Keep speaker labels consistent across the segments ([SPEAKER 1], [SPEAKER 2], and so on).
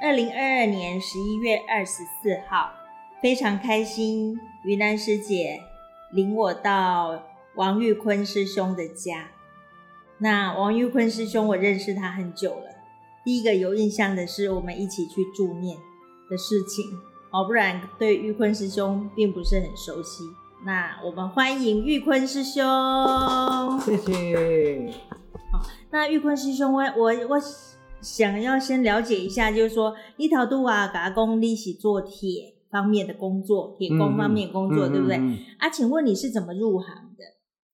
[SPEAKER 1] 二零二二年十一月二十四号，非常开心，云南师姐领我到王玉坤师兄的家。那王玉坤师兄，我认识他很久了。第一个有印象的是我们一起去助念的事情哦，不然对玉坤师兄并不是很熟悉。那我们欢迎玉坤师兄。
[SPEAKER 2] 谢谢。
[SPEAKER 1] 那玉坤师兄，我我我想要先了解一下，就是说立陶度啊、嘎工利息做铁方面的工作，铁工方面的工作，对不对？
[SPEAKER 2] 嗯嗯嗯嗯
[SPEAKER 1] 啊，请问你是怎么入行的？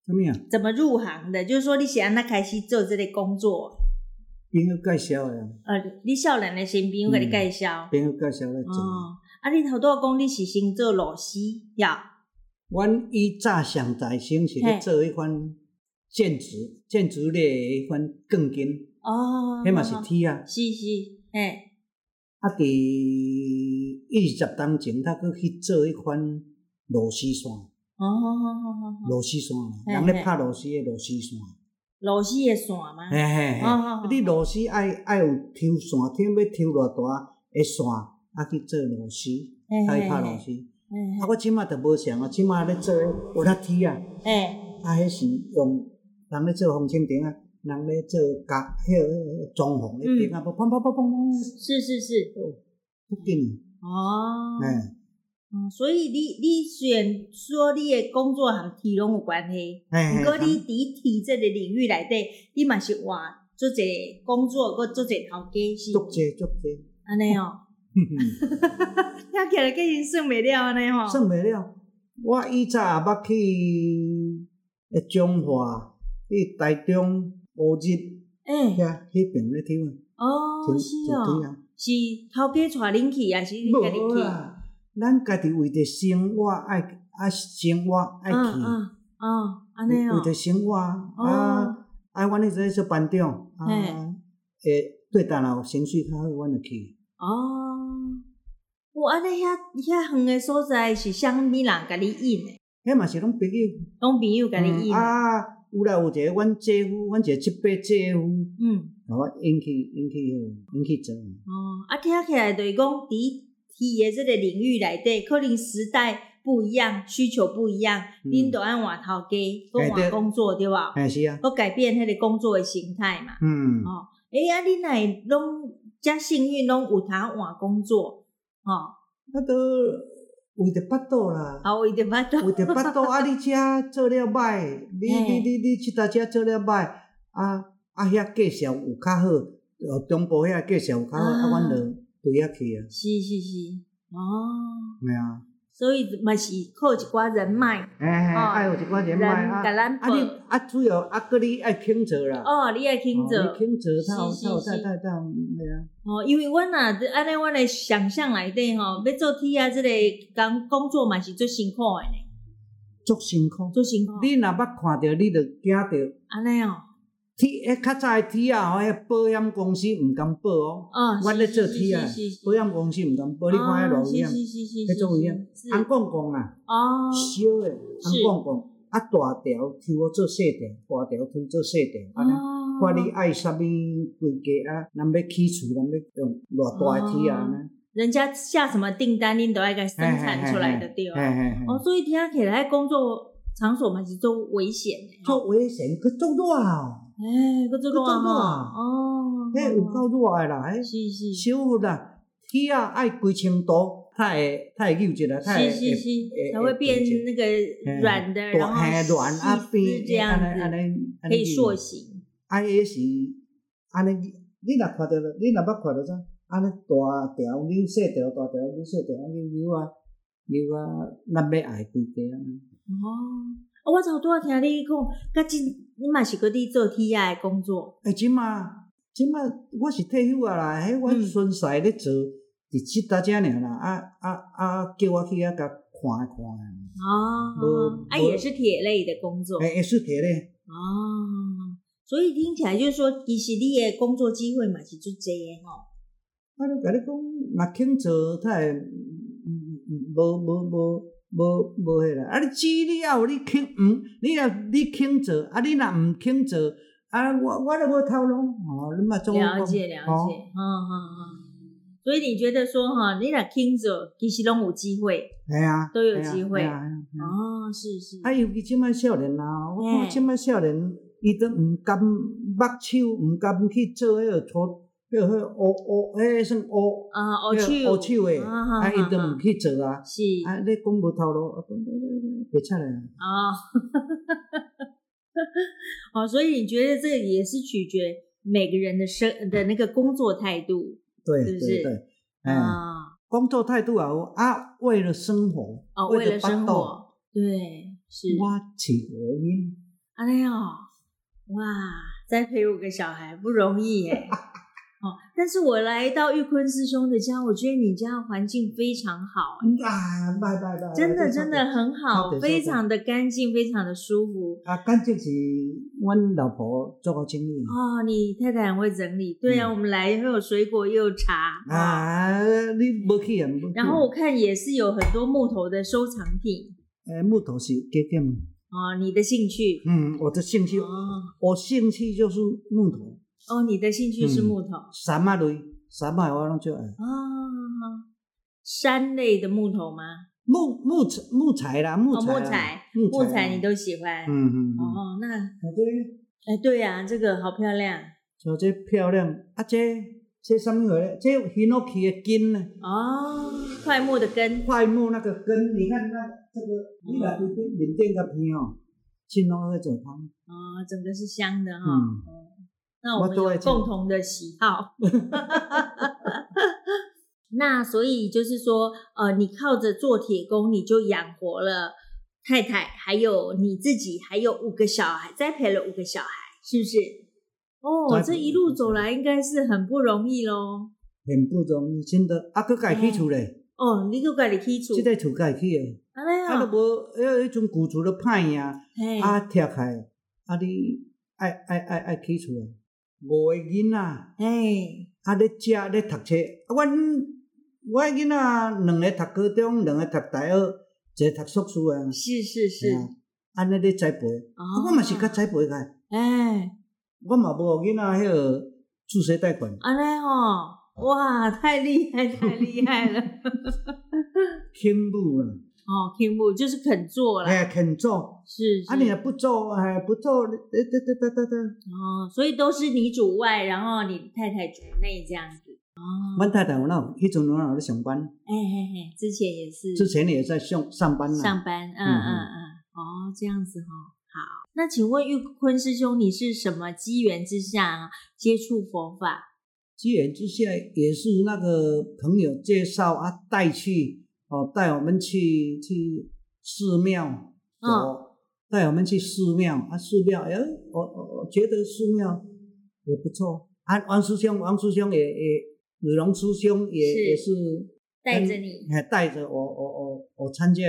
[SPEAKER 2] 什么呀？
[SPEAKER 1] 怎么入行的？就是说你是安那开始做这类工作？
[SPEAKER 2] 朋友介绍的，
[SPEAKER 1] 呃，你少年的新兵，我给你介绍。
[SPEAKER 2] 朋友介绍来做。
[SPEAKER 1] 哦，啊，你头拄讲你是先做老师，呀，
[SPEAKER 2] 阮以早上台先是咧做迄款建筑、建筑类的迄款钢筋，
[SPEAKER 1] 哦，
[SPEAKER 2] 迄嘛是铁啊。
[SPEAKER 1] 是是，嘿，
[SPEAKER 2] 啊，伫二十当前，他佫去做迄款螺丝线，
[SPEAKER 1] 哦，
[SPEAKER 2] 螺丝线啊，
[SPEAKER 1] 嘿
[SPEAKER 2] 人咧拍螺丝的螺丝线。啊
[SPEAKER 1] 老师的线嘛，
[SPEAKER 2] 嘿嘿
[SPEAKER 1] 哦哦哦
[SPEAKER 2] 嘿，你螺丝爱爱有抽线，听要抽偌大的线，啊去做螺丝，
[SPEAKER 1] 嘿
[SPEAKER 2] 啊去拍
[SPEAKER 1] 嘿
[SPEAKER 2] 螺丝。
[SPEAKER 1] 嘿
[SPEAKER 2] 啊，我即马就无像啊，即马咧做迄有拉铁啊。
[SPEAKER 1] 嘿嘿，
[SPEAKER 2] 啊，迄是用人咧做风清顶啊，人咧做甲迄个装潢
[SPEAKER 1] 嗯
[SPEAKER 2] 咧顶啊，砰砰砰砰砰，哦
[SPEAKER 1] 是是是，
[SPEAKER 2] 不紧，
[SPEAKER 1] 哦，
[SPEAKER 2] 哎
[SPEAKER 1] 嗯，所以你你虽然说你的工作和体拢有关系，
[SPEAKER 2] 哎，
[SPEAKER 1] 不过你伫体这个领域内底，你嘛是换做者工作，搁做者头家是
[SPEAKER 2] 足济足济，
[SPEAKER 1] 安尼哦，听起来计经算袂了安尼吼，
[SPEAKER 2] 算袂了。我以前也捌去诶中华、去台中、乌日
[SPEAKER 1] 诶。
[SPEAKER 2] 遐迄边咧抽啊，
[SPEAKER 1] 哦，是
[SPEAKER 2] 抽
[SPEAKER 1] 哦，
[SPEAKER 2] 啊，
[SPEAKER 1] 是头家带恁去，还是你家己
[SPEAKER 2] 无啊
[SPEAKER 1] 去？
[SPEAKER 2] 啦，咱家己为着生活爱啊生活爱
[SPEAKER 1] 嗯
[SPEAKER 2] 去。
[SPEAKER 1] 嗯嗯，安尼
[SPEAKER 2] 为
[SPEAKER 1] 哦
[SPEAKER 2] 着，生活啊，啊
[SPEAKER 1] 哦，
[SPEAKER 2] 啊，阮迄阵做班长，啊
[SPEAKER 1] 嘿，
[SPEAKER 2] 诶，对大人有情绪较好，阮就去。
[SPEAKER 1] 哦，有安尼遐遐远的所在是啥物人甲你引的？
[SPEAKER 2] 迄嘛是拢朋友，
[SPEAKER 1] 拢朋友甲你引
[SPEAKER 2] 嗯
[SPEAKER 1] 的？
[SPEAKER 2] 啊，有啦，有一个阮姐夫，阮一个七八姐夫，
[SPEAKER 1] 嗯，
[SPEAKER 2] 甲我引去引去迄引去做。
[SPEAKER 1] 哦，啊，听起来就是讲伫体的这个领域内底，可能时代不一样，需求不一样，
[SPEAKER 2] 嗯
[SPEAKER 1] 恁都按换头家，
[SPEAKER 2] 哎
[SPEAKER 1] 搁换
[SPEAKER 2] 对
[SPEAKER 1] 工作对吧？
[SPEAKER 2] 哎，是啊，
[SPEAKER 1] 搁改变迄个工作的形态嘛？
[SPEAKER 2] 嗯，
[SPEAKER 1] 哦诶、啊，你哪会拢遮幸运，拢有通换工作，吼、哦，
[SPEAKER 2] 啊，都为着腹肚啦，
[SPEAKER 1] 啊，为着巴肚，
[SPEAKER 2] 为着腹 肚，啊，你遮做了歹，你
[SPEAKER 1] 嘿
[SPEAKER 2] 你你你即搭遮做了歹，啊啊，遐介绍有较好，呃，中部遐介绍有较好，啊，
[SPEAKER 1] 啊
[SPEAKER 2] 阮就对遐去啊，
[SPEAKER 1] 是是是，哦，
[SPEAKER 2] 系啊。
[SPEAKER 1] 所以嘛是靠一寡人脉，
[SPEAKER 2] 哎，
[SPEAKER 1] 哦
[SPEAKER 2] 爱有一寡
[SPEAKER 1] 人
[SPEAKER 2] 人脉啊，
[SPEAKER 1] 甲咱
[SPEAKER 2] 啊
[SPEAKER 1] 报，
[SPEAKER 2] 你啊主要啊搁你爱肯做啦，
[SPEAKER 1] 哦，你爱听
[SPEAKER 2] 哦
[SPEAKER 1] 着
[SPEAKER 2] 你，肯做，他有
[SPEAKER 1] 是
[SPEAKER 2] 他有
[SPEAKER 1] 是
[SPEAKER 2] 他
[SPEAKER 1] 是
[SPEAKER 2] 他他有，哎啊，
[SPEAKER 1] 哦，因为阮啊，安尼阮诶想象内底吼，要做 T 啊，即个工工作嘛是最辛苦诶呢，
[SPEAKER 2] 足辛苦。
[SPEAKER 1] 最辛苦，
[SPEAKER 2] 你若捌看着，你就惊着。
[SPEAKER 1] 安尼哦，
[SPEAKER 2] 铁迄较早的铁啊，吼，迄保险公司毋敢保哦，
[SPEAKER 1] 哦，
[SPEAKER 2] 我
[SPEAKER 1] 是
[SPEAKER 2] 咧做
[SPEAKER 1] 是
[SPEAKER 2] T 啊
[SPEAKER 1] 是是是
[SPEAKER 2] 保险公司毋敢保，你看迄
[SPEAKER 1] 哦
[SPEAKER 2] 路险
[SPEAKER 1] 是，是是是，
[SPEAKER 2] 迄种
[SPEAKER 1] 是
[SPEAKER 2] 有影
[SPEAKER 1] 是
[SPEAKER 2] 红公公啊，
[SPEAKER 1] 哦，
[SPEAKER 2] 小诶，
[SPEAKER 1] 是
[SPEAKER 2] 红公公，啊大条抽我做细条，大条抽做细条，安尼。
[SPEAKER 1] 哦
[SPEAKER 2] 看你爱啥物规家啊，咱要起厝，咱要用偌大诶铁啊，安尼。
[SPEAKER 1] 人家下什么订单，恁都爱给生产出来的对
[SPEAKER 2] 嘿
[SPEAKER 1] 啊。
[SPEAKER 2] 嘿嘿，
[SPEAKER 1] 哦，所以听起来工作场所嘛是做危险的，哦
[SPEAKER 2] 做危险，佮做热哦，
[SPEAKER 1] 哎，搁做热
[SPEAKER 2] 搁做热
[SPEAKER 1] 吼，哦，
[SPEAKER 2] 迄有够热诶啦，迄
[SPEAKER 1] 是是是
[SPEAKER 2] 小有啦，铁啊爱几千度，太会太会扭一啦，太会
[SPEAKER 1] 是是
[SPEAKER 2] 会，
[SPEAKER 1] 才会变那
[SPEAKER 2] 嘿
[SPEAKER 1] 个软的，然
[SPEAKER 2] 大嘿
[SPEAKER 1] 后
[SPEAKER 2] 嗯软啊
[SPEAKER 1] 细丝
[SPEAKER 2] 变哎
[SPEAKER 1] 这样
[SPEAKER 2] 安尼安
[SPEAKER 1] 子，
[SPEAKER 2] 尼安
[SPEAKER 1] 可
[SPEAKER 2] 尼
[SPEAKER 1] 以塑形。
[SPEAKER 2] 啊，迄是安尼，你若看到，你若捌看到啥？安尼大条扭细条，大条扭细条，安尼扭啊扭啊，咱要爱规家啊。
[SPEAKER 1] 哦，啊我早拄仔听你讲，甲即你嘛是搁伫做 T I 的工作，
[SPEAKER 2] 诶，即嘛，即嘛，我是退休啊啦，迄
[SPEAKER 1] 嗯
[SPEAKER 2] 阮孙婿咧做，伫即搭遮尔啦，啊啊啊，叫我去遐甲看一啊看
[SPEAKER 1] 哦
[SPEAKER 2] 无，
[SPEAKER 1] 啊
[SPEAKER 2] 无
[SPEAKER 1] 也是铁类的工作。
[SPEAKER 2] 诶，诶，会输摕欸咧，
[SPEAKER 1] 哦，所以听起来就是说，其实你的工作机会嘛是哦足济的吼。
[SPEAKER 2] 我咧甲你讲，若肯做，他会嗯嗯无无无无无迄啦。啊，你煮你也有你肯毋，你若你肯做，啊你若毋肯做，啊我我咧无偷懒，吼，你嘛总
[SPEAKER 1] 了解了解，嗯嗯嗯。所以你觉得说哈，你若听着，其实拢有机会。
[SPEAKER 2] 系啊，
[SPEAKER 1] 都有机会
[SPEAKER 2] 嘿啊。嘿啊嘿啊
[SPEAKER 1] 哦，是是。
[SPEAKER 2] 啊，尤其即摆少年啊，我
[SPEAKER 1] 嘿
[SPEAKER 2] 看即摆少年，伊都毋甘目手，毋甘去做迄个粗，迄个迄个乌乌，迄个算乌，
[SPEAKER 1] 啊，
[SPEAKER 2] 迄
[SPEAKER 1] 黑
[SPEAKER 2] 个
[SPEAKER 1] 手，
[SPEAKER 2] 乌手诶，
[SPEAKER 1] 啊哈
[SPEAKER 2] 啊，伊都
[SPEAKER 1] 哈
[SPEAKER 2] 毋去做啊。
[SPEAKER 1] 是
[SPEAKER 2] 啊，你讲无头路，啊，讲咧咧咧袂出来。
[SPEAKER 1] 哦， 哦，所以你觉得这个也是取决每个人的生的那个工作态度
[SPEAKER 2] 对
[SPEAKER 1] 是不是
[SPEAKER 2] 对对，哎，
[SPEAKER 1] 啊，
[SPEAKER 2] 工作态度也有啊，为了生活
[SPEAKER 1] 哦，，为了
[SPEAKER 2] 巴
[SPEAKER 1] 生
[SPEAKER 2] 肚
[SPEAKER 1] 活，对，是
[SPEAKER 2] 我饲河因，
[SPEAKER 1] 哎呦，哇，栽培五个小孩不容易耶。 哦，但是我来到玉坤师兄的家，我觉得你家的环境非常好哎，
[SPEAKER 2] 啊，拜拜拜，
[SPEAKER 1] 真的真的很
[SPEAKER 2] 稍
[SPEAKER 1] 好，
[SPEAKER 2] 等稍等
[SPEAKER 1] 非常的干净，非常的舒服。
[SPEAKER 2] 啊，简直是阮老婆做个经理。
[SPEAKER 1] 哦，你太太很会整理，对啊，
[SPEAKER 2] 嗯
[SPEAKER 1] 我们来又有水果又有茶啊，
[SPEAKER 2] 啊，你无去啊？无去
[SPEAKER 1] 然后我看也是有很多木头的收藏品
[SPEAKER 2] 诶，呃木头是加减，
[SPEAKER 1] 哦，你的兴趣
[SPEAKER 2] 嗯，我的兴趣，
[SPEAKER 1] 哦
[SPEAKER 2] 我兴趣就是木头，
[SPEAKER 1] 哦，你的兴趣是
[SPEAKER 2] 嗯
[SPEAKER 1] 木头
[SPEAKER 2] 什么类，什么我拢最爱。
[SPEAKER 1] 哦，山类的木头吗？
[SPEAKER 2] 木木材木材啦，木
[SPEAKER 1] 哦，木
[SPEAKER 2] 材啊啦，
[SPEAKER 1] 材
[SPEAKER 2] 木
[SPEAKER 1] 木
[SPEAKER 2] 材
[SPEAKER 1] 材
[SPEAKER 2] 啦
[SPEAKER 1] 你都喜欢
[SPEAKER 2] 嗯嗯嗯。
[SPEAKER 1] 哦，那
[SPEAKER 2] 啊，这
[SPEAKER 1] 哎对啊，这个好漂亮
[SPEAKER 2] 像这漂亮，啊这这什么话呢？这檜诺去的根呢？
[SPEAKER 1] 哦，块木的根
[SPEAKER 2] 块木那个根，你看那这个，你来面店面店个片哦，青龙在做汤。
[SPEAKER 1] 哦，整个是香的哈、
[SPEAKER 2] 嗯
[SPEAKER 1] 哦那我
[SPEAKER 2] 我
[SPEAKER 1] 们
[SPEAKER 2] 都
[SPEAKER 1] 有
[SPEAKER 2] 会这样
[SPEAKER 1] 共同的喜好。 那所以就是说，呃，你靠着做铁工，你就养活了太太，还有你自己，还有五个小孩，栽培了五个小孩，是不是？哦，
[SPEAKER 2] 栽培
[SPEAKER 1] 这一路走来应该是很不容易喽。
[SPEAKER 2] 很不容易，真的。啊，佮家己起厝咧，
[SPEAKER 1] 哦，你个家己起厝
[SPEAKER 2] 即，个厝家己起的，
[SPEAKER 1] 安尼
[SPEAKER 2] 啊，都
[SPEAKER 1] 哦，
[SPEAKER 2] 无，迄迄阵旧厝都歹呀，
[SPEAKER 1] 嘿，
[SPEAKER 2] 啊，拆开，啊，你爱爱爱爱起厝啊，五个囡仔，啊，
[SPEAKER 1] 嘿，
[SPEAKER 2] 咧食咧读册，啊，阮我的囡仔两个读高中，两个读大学，一个读硕士啊，
[SPEAKER 1] 是是是，
[SPEAKER 2] 嘿啊安尼咧栽培，
[SPEAKER 1] 哦
[SPEAKER 2] 啊，我嘛是较栽培个，
[SPEAKER 1] 哎。
[SPEAKER 2] 我嘛无互囡仔迄个助学贷款，
[SPEAKER 1] 安尼哦，哇，太厉害，太厉害了！
[SPEAKER 2] 肯母啦，
[SPEAKER 1] 哦，听不就是肯做啦，
[SPEAKER 2] 哎，肯做，
[SPEAKER 1] 是
[SPEAKER 2] 啊，你若
[SPEAKER 1] 是
[SPEAKER 2] 不做，哎，不做，你你你你你你。你
[SPEAKER 1] 哦，所以都是你主外，然后你太太主内这样子。哦，
[SPEAKER 2] 阮太太有那有，迄阵有那有咧上班，
[SPEAKER 1] 哎哎哎，之前也是
[SPEAKER 2] 之前也在上上班啦。
[SPEAKER 1] 上班，嗯
[SPEAKER 2] 嗯
[SPEAKER 1] 嗯嗯，哦，这样子哦。好，那请问玉坤师兄，你是什么机缘之下接触佛法？
[SPEAKER 2] 机缘之下也是那个朋友介绍啊，带去哦，带我们去去寺庙，
[SPEAKER 1] 嗯
[SPEAKER 2] 哦，带我们去寺庙啊，寺庙，哎，我我我觉得寺庙也不错啊。王师兄，王师兄也也，吕龙师兄也
[SPEAKER 1] 是
[SPEAKER 2] 也是
[SPEAKER 1] 带着你，
[SPEAKER 2] 还带着我我我我参加。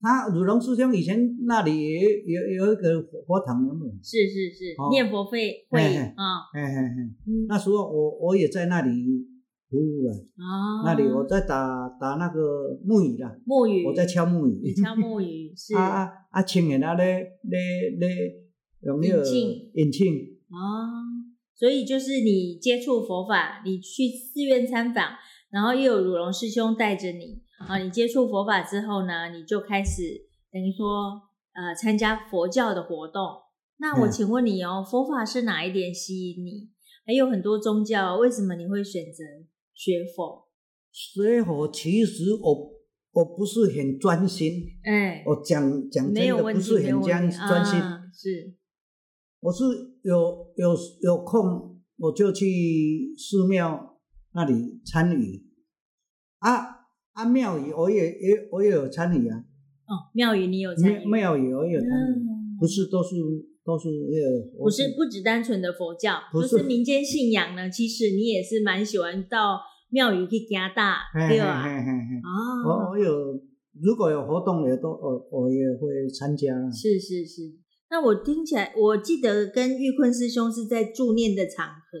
[SPEAKER 2] 他吕龙师兄以前那里也也有一个佛堂，有没有？
[SPEAKER 1] 是是是
[SPEAKER 2] 哦，
[SPEAKER 1] 念佛会会
[SPEAKER 2] 嘿嘿
[SPEAKER 1] 啊，
[SPEAKER 2] 哎哎哎，
[SPEAKER 1] 嗯
[SPEAKER 2] 那时候我我也在那里服务了。
[SPEAKER 1] 哦，
[SPEAKER 2] 那里我在打打那个木鱼啦，
[SPEAKER 1] 木鱼，
[SPEAKER 2] 我在敲木鱼
[SPEAKER 1] 你，敲木鱼是
[SPEAKER 2] 啊啊啊，青年啊咧咧咧用那个
[SPEAKER 1] 引进
[SPEAKER 2] 引进，
[SPEAKER 1] 哦，所以就是你接触佛法，你去寺院参访，然后又有汝龙师兄带着你啊，你接触佛法之后呢，你就开始等于说呃参加佛教的活动。那我
[SPEAKER 2] 嗯
[SPEAKER 1] 请问你哦，佛法是哪一点吸引你？还有很多宗教，为什么你会选择学佛？
[SPEAKER 2] 所以我其实我我不是很专心，
[SPEAKER 1] 哎，
[SPEAKER 2] 我讲讲
[SPEAKER 1] 没
[SPEAKER 2] 哦真
[SPEAKER 1] 有
[SPEAKER 2] 的
[SPEAKER 1] 问
[SPEAKER 2] 不
[SPEAKER 1] 题，
[SPEAKER 2] 是
[SPEAKER 1] 没有
[SPEAKER 2] 很
[SPEAKER 1] 问
[SPEAKER 2] 专
[SPEAKER 1] 题，
[SPEAKER 2] 专心，
[SPEAKER 1] 啊、是
[SPEAKER 2] 我是有有有空我就去寺庙那里参与，啊啊庙宇我也也我也有参与啊，
[SPEAKER 1] 哦，妙宇你有参
[SPEAKER 2] 庙
[SPEAKER 1] 与，
[SPEAKER 2] 庙宇我也有参与。
[SPEAKER 1] 嗯
[SPEAKER 2] 不是都是都是那个，
[SPEAKER 1] 不是不只单纯的佛教，
[SPEAKER 2] 不
[SPEAKER 1] 就是是民间信仰呢。其实你也是蛮喜欢到庙宇去加大，对
[SPEAKER 2] 嘿
[SPEAKER 1] 吧？
[SPEAKER 2] 嘿嘿嘿我
[SPEAKER 1] 哦，
[SPEAKER 2] 我有如果有活动也都我我也会参加啦。
[SPEAKER 1] 是是是。那我听起来，我记得跟玉坤师兄是在助念的场合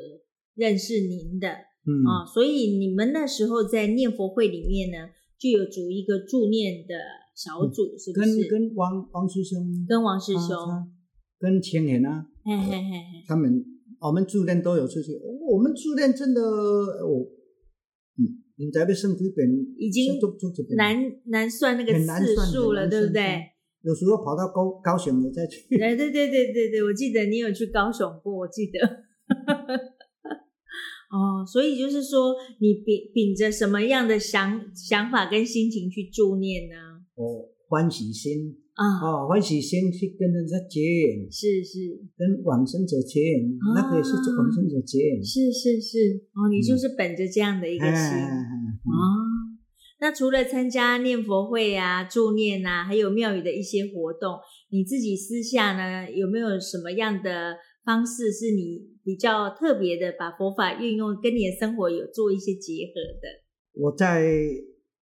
[SPEAKER 1] 认识您的
[SPEAKER 2] 嗯，
[SPEAKER 1] 哦，所以你们那时候在念佛会里面呢，就有组一个助念的小组，是不
[SPEAKER 2] 跟
[SPEAKER 1] 是？
[SPEAKER 2] 跟王王师兄、
[SPEAKER 1] 跟王师兄，
[SPEAKER 2] 啊跟千言啊，
[SPEAKER 1] 嘿嘿嘿嘿，
[SPEAKER 2] 他哦哦们我们助练都有出去。我们助练真的，我嗯，毋知要算几遍，
[SPEAKER 1] 已经
[SPEAKER 2] 算足足一遍。
[SPEAKER 1] 难难算那个
[SPEAKER 2] 很难
[SPEAKER 1] 次
[SPEAKER 2] 算
[SPEAKER 1] 数
[SPEAKER 2] 很
[SPEAKER 1] 了，
[SPEAKER 2] 难
[SPEAKER 1] 对不
[SPEAKER 2] 算
[SPEAKER 1] 对？
[SPEAKER 2] 有时候跑到高高雄了再去，
[SPEAKER 1] 哎对对对对对对，我记得你有去高雄过，我记得。 哦，所以就是说，你秉秉着什么样的想想法跟心情去助念呢？
[SPEAKER 2] 哦，欢喜心
[SPEAKER 1] 啊、
[SPEAKER 2] 哦，欢喜心去跟人家结缘，
[SPEAKER 1] 是是
[SPEAKER 2] 跟往生者结缘，那个也是
[SPEAKER 1] 啊
[SPEAKER 2] 往生者结缘。
[SPEAKER 1] 是是是，哦，你就是本着这样的一个
[SPEAKER 2] 哎
[SPEAKER 1] 心、
[SPEAKER 2] 哎哎
[SPEAKER 1] 哦。那除了参加念佛会啊、助念啊，还有庙宇的一些活动，你自己私下呢有没有什么样的方式是你比较特别的把佛法运用跟你的生活有做一些结合的？
[SPEAKER 2] 我在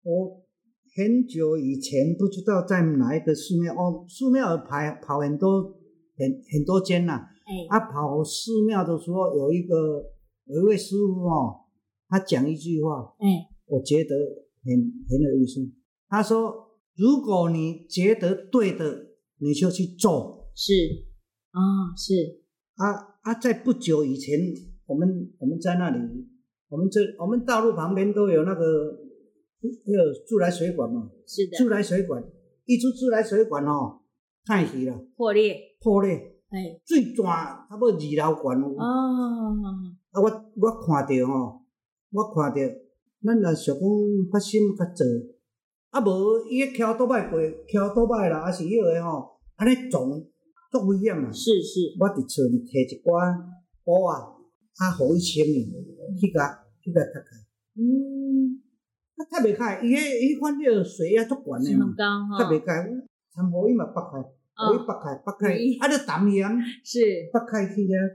[SPEAKER 2] 我很久以前不知道在哪一个寺庙，哦，寺庙排跑很多很很多间呐、
[SPEAKER 1] 哎、
[SPEAKER 2] 他跑寺庙的时候，有一个有一位师傅哦，他讲一句话，
[SPEAKER 1] 哎，
[SPEAKER 2] 我觉得很很有意思。他说：“如果你觉得对的，你就去做。
[SPEAKER 1] 是哦，是
[SPEAKER 2] 啊”啊在不久以前，我们我们在那里，我们这我们道路旁边都有那个那个自来水管嘛，
[SPEAKER 1] 是的
[SPEAKER 2] 自，来水管一出自来水管哦，太稀了，
[SPEAKER 1] 破裂，
[SPEAKER 2] 破裂，
[SPEAKER 1] 哎，
[SPEAKER 2] 最短差不多二楼管有。
[SPEAKER 1] 哦，
[SPEAKER 2] 啊，我我看着吼，我看着，咱若想讲发心较济，啊无伊迄桥倒摆过，桥倒摆啦，啊是迄个吼，安尼撞足危险啊！
[SPEAKER 1] 是是，
[SPEAKER 2] 我伫厝里摕一寡布啊，啊互伊穿诶，去甲去甲擦开，
[SPEAKER 1] 嗯，
[SPEAKER 2] 啊擦袂开，伊迄迄款迄个水啊足悬诶
[SPEAKER 1] 是
[SPEAKER 2] 嘛
[SPEAKER 1] 很，高哈、
[SPEAKER 2] 擦袂开，我参互伊嘛剥开，互伊
[SPEAKER 1] 哦，
[SPEAKER 2] 剥开剥开
[SPEAKER 1] 咦，
[SPEAKER 2] 啊你澹盐
[SPEAKER 1] 是
[SPEAKER 2] 剥开去了，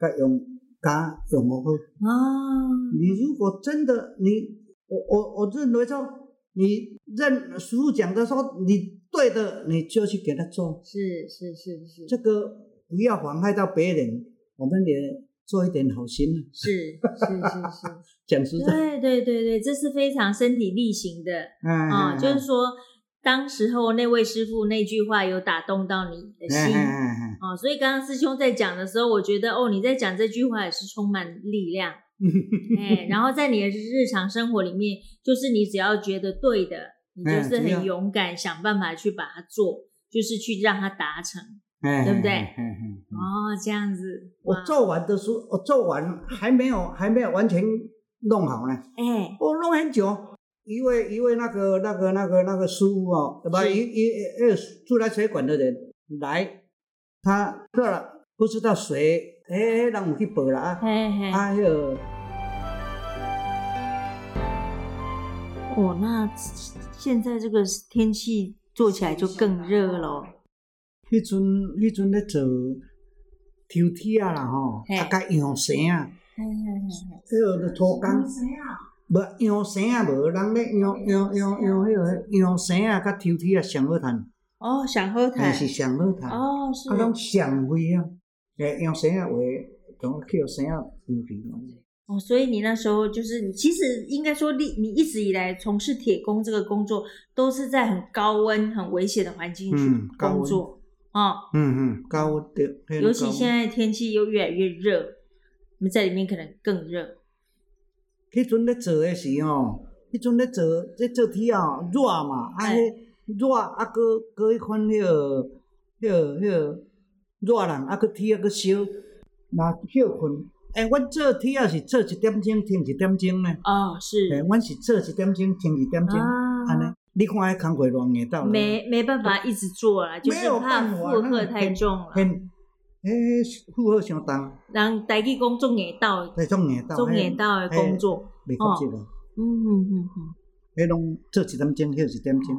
[SPEAKER 2] 甲甲用甲用好好。
[SPEAKER 1] 哦，
[SPEAKER 2] 你如果真的你，我我我认为说，你认师傅讲的说你对的，你就去给他做，
[SPEAKER 1] 是是是是，
[SPEAKER 2] 这个不要妨害到别人，我们也做一点好心。
[SPEAKER 1] 是是是
[SPEAKER 2] 讲实
[SPEAKER 1] 是，
[SPEAKER 2] 在，
[SPEAKER 1] 对对对对，这是非常身体力行的啊、
[SPEAKER 2] 哎，
[SPEAKER 1] 就是说，当时候那位师傅那句话有打动到你的
[SPEAKER 2] 哎哎
[SPEAKER 1] 心。
[SPEAKER 2] 哎哎，
[SPEAKER 1] 哦，所以刚刚师兄在讲的时候，我觉得哦，你在讲这句话也是充满力 量，哎，然后在你的日常生活里面，就是你只要觉得对的，你就
[SPEAKER 2] 嗯
[SPEAKER 1] 是
[SPEAKER 2] 只要
[SPEAKER 1] 很勇敢，想办法去把它做，就是去让它达成。
[SPEAKER 2] 哎
[SPEAKER 1] 对不对
[SPEAKER 2] 哎哎哎
[SPEAKER 1] 哦，这样子，
[SPEAKER 2] 我
[SPEAKER 1] 哇，
[SPEAKER 2] 做完的时候，我做完还没有还没有完全弄好呢，
[SPEAKER 1] 哎，
[SPEAKER 2] 我弄很久。一位一位那个那个那个那个师傅哦，对吧？
[SPEAKER 1] 是
[SPEAKER 2] 一一二自来水管的人来，他这了不知道谁，哎，让我去报了啊！
[SPEAKER 1] 嘿嘿，
[SPEAKER 2] 哎呦，
[SPEAKER 1] 哦，那现在这个天气做起来就更热了。
[SPEAKER 2] 迄阵迄阵咧做抽屉啊啦吼，
[SPEAKER 1] 嘿
[SPEAKER 2] 啊甲羊绳啊，
[SPEAKER 1] 嘿嘿嘿
[SPEAKER 2] 迄个土工，
[SPEAKER 1] 嗯
[SPEAKER 2] 无羊绳啊无，人咧羊羊羊羊迄个羊绳啊甲抽屉啊上好趁，
[SPEAKER 1] 哦，想喝台
[SPEAKER 2] 但嗯是上好趁。
[SPEAKER 1] 哦，是
[SPEAKER 2] 啊，拢上啊危险，诶，用绳啊话，从去用绳啊扶起咯。
[SPEAKER 1] 哦，所以你那时候就是你，其实应该说你你一直以来从事铁工这个工作，都是在很高温、很危险的环境去
[SPEAKER 2] 嗯高温
[SPEAKER 1] 工作哦，
[SPEAKER 2] 嗯嗯，高对，嘿
[SPEAKER 1] 尤其现，在天气又越来越热，我们在里面可能更热。
[SPEAKER 2] 迄阵咧做诶时吼，迄阵咧做咧做铁啊，热嘛，啊
[SPEAKER 1] 哎
[SPEAKER 2] 迄热啊，搁搁迄款迄个迄个迄个热人啊，搁铁啊，搁烧，若休困。诶，阮做铁啊是做一点钟，停一点钟呢。
[SPEAKER 1] 哦，
[SPEAKER 2] 诶，
[SPEAKER 1] 是
[SPEAKER 2] 阮是做一点钟，停一点钟，安尼
[SPEAKER 1] 啊，。
[SPEAKER 2] 你看迄工课偌硬斗。
[SPEAKER 1] 没没办法一直做啦，就是
[SPEAKER 2] 没有
[SPEAKER 1] 怕
[SPEAKER 2] 办法
[SPEAKER 1] 负荷
[SPEAKER 2] 那
[SPEAKER 1] 太
[SPEAKER 2] 很
[SPEAKER 1] 重了，
[SPEAKER 2] 很，迄负荷相当，
[SPEAKER 1] 让台语工作硬到
[SPEAKER 2] 迄种硬斗，
[SPEAKER 1] 中年到的工作。
[SPEAKER 2] 迄袂较少啊。
[SPEAKER 1] 嗯嗯嗯，
[SPEAKER 2] 迄拢做一点钟，休一点钟，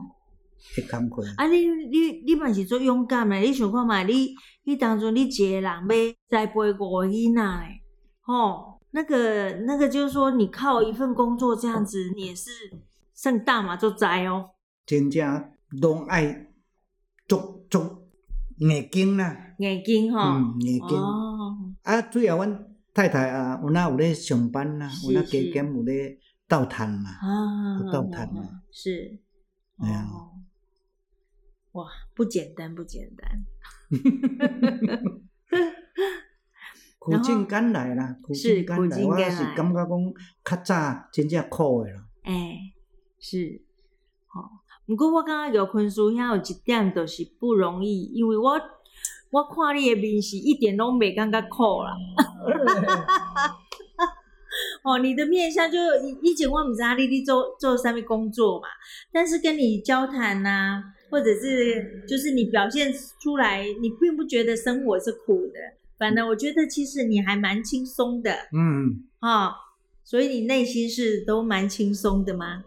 [SPEAKER 2] 会工课。
[SPEAKER 1] 啊你你你嘛是做勇敢的，你想看嘛？你你当初你一个人要栽培五个囡仔嘞，吼，那个那个就是说，你靠一份工作这样子，你也是算大嘛做栽哦。
[SPEAKER 2] 真正拢爱足足硬劲啦，
[SPEAKER 1] 眼睛吼，
[SPEAKER 2] 嗯，硬劲。
[SPEAKER 1] 哦，
[SPEAKER 2] 啊，主要阮太太啊，有哪有咧上班啦，
[SPEAKER 1] 是
[SPEAKER 2] 有哪加
[SPEAKER 1] 是
[SPEAKER 2] 减有咧斗趁啦。
[SPEAKER 1] 啊
[SPEAKER 2] 有倒谈啊
[SPEAKER 1] 是，
[SPEAKER 2] 哎呀
[SPEAKER 1] 哦，哇，不简单，不简单。
[SPEAKER 2] 苦尽甘来啦，苦尽甘
[SPEAKER 1] 是苦
[SPEAKER 2] 来，
[SPEAKER 1] 尽
[SPEAKER 2] 我
[SPEAKER 1] 甘来
[SPEAKER 2] 也是感觉讲较早真正苦诶啦，
[SPEAKER 1] 哎、是，吼、毋过我感觉玉坤书遐有一点就是不容易，因为我我看你的面是一点拢袂感觉苦啦。
[SPEAKER 2] 嗯
[SPEAKER 1] 哦，你的面相就以以前我毋知影你咧做做啥物工作嘛，但是跟你交谈呐、或者是就是你表现出来，你并不觉得生活是苦的，反正我觉得其实你还蛮轻松的
[SPEAKER 2] 嗯，
[SPEAKER 1] 哈、哦，所以你内心是都蛮轻松的吗？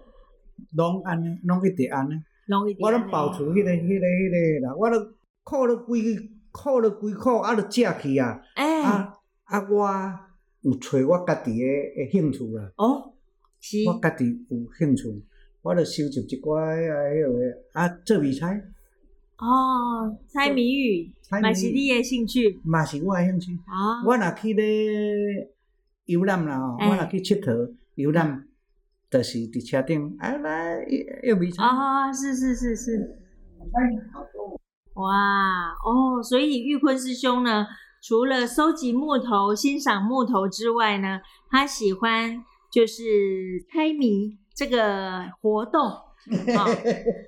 [SPEAKER 2] 拢安尼，拢一直安尼，
[SPEAKER 1] 拢一点。
[SPEAKER 2] 我拢保持迄个、
[SPEAKER 1] 啊
[SPEAKER 2] 迄个、迄个啦，我都苦了规苦了规苦，啊，都食去啊，
[SPEAKER 1] 哎、
[SPEAKER 2] 啊啊，我有找我家己诶诶兴趣啦，
[SPEAKER 1] 哦，是
[SPEAKER 2] 我家己有兴趣，我著收集一寡诶迄个啊，做米菜，
[SPEAKER 1] 哦，猜谜语
[SPEAKER 2] 猜谜语
[SPEAKER 1] 嘛是你的兴趣
[SPEAKER 2] 嘛是我诶兴趣。
[SPEAKER 1] 啊。
[SPEAKER 2] 我若去咧游览啦吼，
[SPEAKER 1] 哎
[SPEAKER 2] 我若去佚佗游览，就是伫车顶，啊来又未错。
[SPEAKER 1] 啊、是是是是，哇哦，所以玉坤师兄呢，除了收集木头、欣赏木头之外呢，他喜欢就是猜谜这个活 动。好、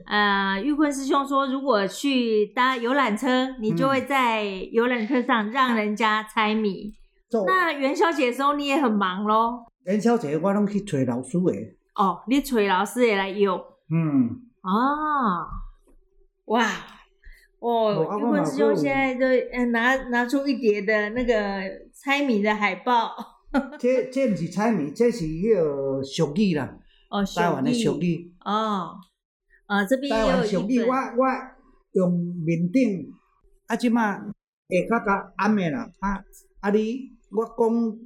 [SPEAKER 1] 呃，玉坤师兄说，如果去搭游览车，你就会在游览车上让人家猜谜。
[SPEAKER 2] 做
[SPEAKER 1] 那元宵节的时候，你也很忙喽。
[SPEAKER 2] 元宵节我拢去找老师诶，
[SPEAKER 1] 哦，你找老师也来用
[SPEAKER 2] 嗯，
[SPEAKER 1] 啊！哇，
[SPEAKER 2] 哦
[SPEAKER 1] 哦
[SPEAKER 2] 啊，
[SPEAKER 1] 玉
[SPEAKER 2] 我
[SPEAKER 1] 坤
[SPEAKER 2] 嘛
[SPEAKER 1] 师
[SPEAKER 2] 我
[SPEAKER 1] 兄
[SPEAKER 2] 有
[SPEAKER 1] 现在都呃拿拿出一叠的那个猜谜的海 报
[SPEAKER 2] 这这毋是猜谜，这是迄个俗语啦，
[SPEAKER 1] 哦，
[SPEAKER 2] 台湾的俗
[SPEAKER 1] 手艺
[SPEAKER 2] 语，
[SPEAKER 1] 哦，啊，这边
[SPEAKER 2] 台
[SPEAKER 1] 也
[SPEAKER 2] 湾
[SPEAKER 1] 有
[SPEAKER 2] 俗
[SPEAKER 1] 一啊
[SPEAKER 2] 语，我
[SPEAKER 1] 本
[SPEAKER 2] 我用面顶，啊即马下骹甲暗诶啦，啊啊你我讲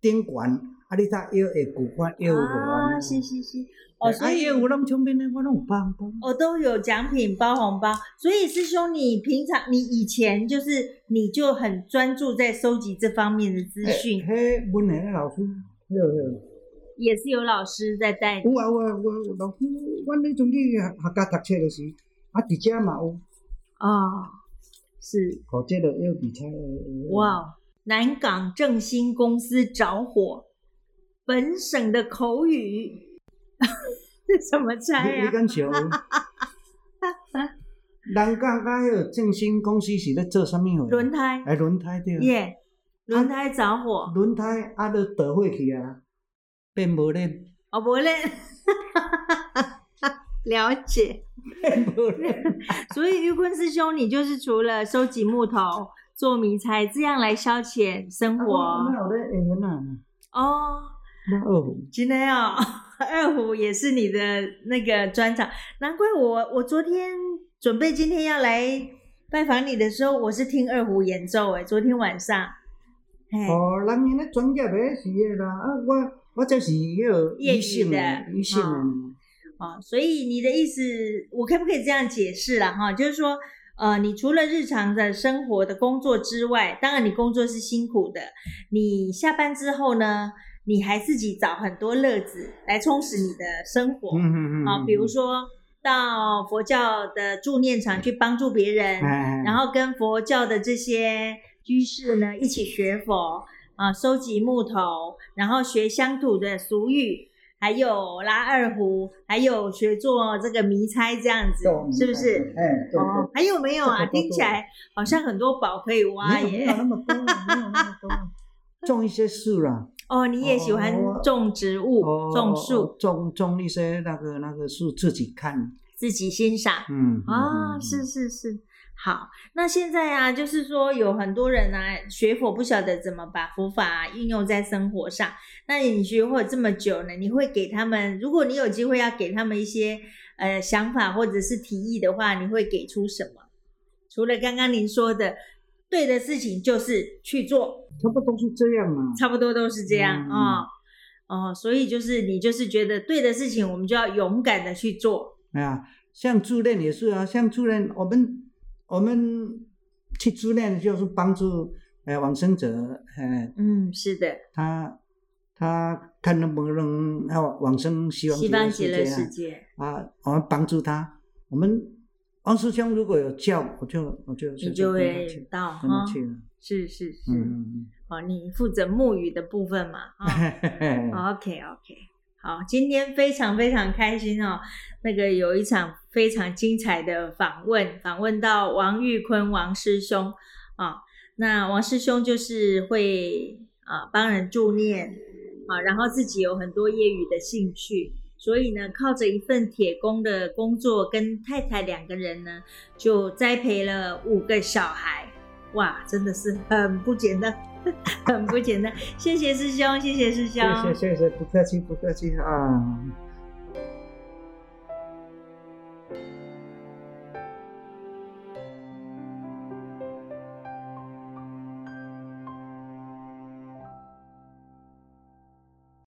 [SPEAKER 2] 顶悬，啊你才摇下骨款摇落
[SPEAKER 1] 啊，
[SPEAKER 2] 安
[SPEAKER 1] 是
[SPEAKER 2] 尼。
[SPEAKER 1] 是是，哦，所
[SPEAKER 2] 啊
[SPEAKER 1] 以
[SPEAKER 2] 摇有咱旁边诶，我拢有帮帮。
[SPEAKER 1] 我都有奖品包红包，所以师兄，你平常你以前就是你就很专注在收集这方面的资讯，
[SPEAKER 2] 迄文诶老师，迄个
[SPEAKER 1] 也是有老师在带你
[SPEAKER 2] 有啊有啊有啊有老师，阮迄阵去学学校读册就是，啊伫遮嘛有，
[SPEAKER 1] 哦，是
[SPEAKER 2] 互即哦个要比赛呃诶。
[SPEAKER 1] 哇，哦南港正兴公司着火，本省的口语， 这怎么猜
[SPEAKER 2] 你你
[SPEAKER 1] 呀、
[SPEAKER 2] 敢笑？人讲甲迄个正兴公司是咧做啥物货？
[SPEAKER 1] 轮胎，
[SPEAKER 2] 哎轮胎对。
[SPEAKER 1] 耶、轮胎着火，
[SPEAKER 2] 轮胎啊，都倒火去啊，变无咧，
[SPEAKER 1] 哦，不嘞， 了解。
[SPEAKER 2] 变无咧。
[SPEAKER 1] 所以玉坤师兄，你就是除了收集木头、做迷猜这样来消遣生
[SPEAKER 2] 我
[SPEAKER 1] 活
[SPEAKER 2] 哪有咧用啊？
[SPEAKER 1] 哦，
[SPEAKER 2] 哪有？
[SPEAKER 1] 今天哦， 二胡也是你的那个专场，难怪我我昨天准备今天要来拜访你的时候，我是听二胡演奏诶，昨天晚上，哎、
[SPEAKER 2] 哦，人因咧专业诶是诶啦，啊我我这是迄个
[SPEAKER 1] 业余的
[SPEAKER 2] 女性诶，女性诶，
[SPEAKER 1] 哦，所以你的意思，我可不可以这样解释了哈？就是说，呃，你除了日常的生活的工作之外，当然你工作是辛苦的，你下班之后呢，你还自己找很多乐子来充实你的生活
[SPEAKER 2] 嗯嗯嗯，
[SPEAKER 1] 啊、比如说到佛教的助念场去帮助别人，
[SPEAKER 2] 哎，
[SPEAKER 1] 然后跟佛教的这些居士呢一起学佛啊，收集木头，然后学乡土的俗语，还有拉二胡，还有学做这个迷猜这样子
[SPEAKER 2] 对，
[SPEAKER 1] 是不是？？
[SPEAKER 2] 哎，对
[SPEAKER 1] 哦，还有没有啊？
[SPEAKER 2] 这个多
[SPEAKER 1] 听起来好像很多宝可以挖
[SPEAKER 2] 对，没有没有
[SPEAKER 1] 耶。
[SPEAKER 2] 那么多，没有那么多，种一些树啦，
[SPEAKER 1] 哦，你也喜欢
[SPEAKER 2] 哦
[SPEAKER 1] 种植物、
[SPEAKER 2] 哦
[SPEAKER 1] 种树，，
[SPEAKER 2] 种种一些那个那个树自己看，
[SPEAKER 1] 自己欣赏。
[SPEAKER 2] 嗯
[SPEAKER 1] 啊、是，是是，好，那现在啊，就是说有很多人啊，学佛不晓得怎么把佛法啊、运用在生活上。那你学佛这么久呢，你会给他们，如果你有机会要给他们一些呃想法或者是提议的话，你会给出什么？除了刚刚您说的，对的事情就是去做，
[SPEAKER 2] 差不多是这样啊嘛，
[SPEAKER 1] 差不多都是这样
[SPEAKER 2] 嗯
[SPEAKER 1] 啊。哦哦，所以就是你就是觉得对的事情，我们就要勇敢的去做。
[SPEAKER 2] 哎呀，像助练也是啊，像助练，我们我们去助练就是帮助呃往生者，呃，
[SPEAKER 1] 嗯，是的，
[SPEAKER 2] 他他看能不能要往生西
[SPEAKER 1] 西方
[SPEAKER 2] 方
[SPEAKER 1] 极
[SPEAKER 2] 极
[SPEAKER 1] 乐
[SPEAKER 2] 乐
[SPEAKER 1] 世
[SPEAKER 2] 世界
[SPEAKER 1] 界。
[SPEAKER 2] 啊啊，我们帮助他。我们王师兄如果有叫，我就我就
[SPEAKER 1] 你就
[SPEAKER 2] 跟他
[SPEAKER 1] 会
[SPEAKER 2] 去
[SPEAKER 1] 到
[SPEAKER 2] 跟
[SPEAKER 1] 哈。
[SPEAKER 2] 他去了。啊
[SPEAKER 1] 是是是，
[SPEAKER 2] 嗯，
[SPEAKER 1] 哦，你负责木鱼的部分嘛，啊、
[SPEAKER 2] 嗯
[SPEAKER 1] OK OK，好，今天非常非常开心哦。那个有一场非常精彩的访问，访问到王玉坤王师兄啊、那王师兄就是会啊、帮人助念啊、然后自己有很多业余的兴趣，所以呢，靠着一份铁工的工作，跟太太两个人呢，就栽培了五个小孩。哇，真的是很不简单， 很不简单。谢谢师兄，谢谢师兄，
[SPEAKER 2] 谢谢谢谢，不客气不客气啊，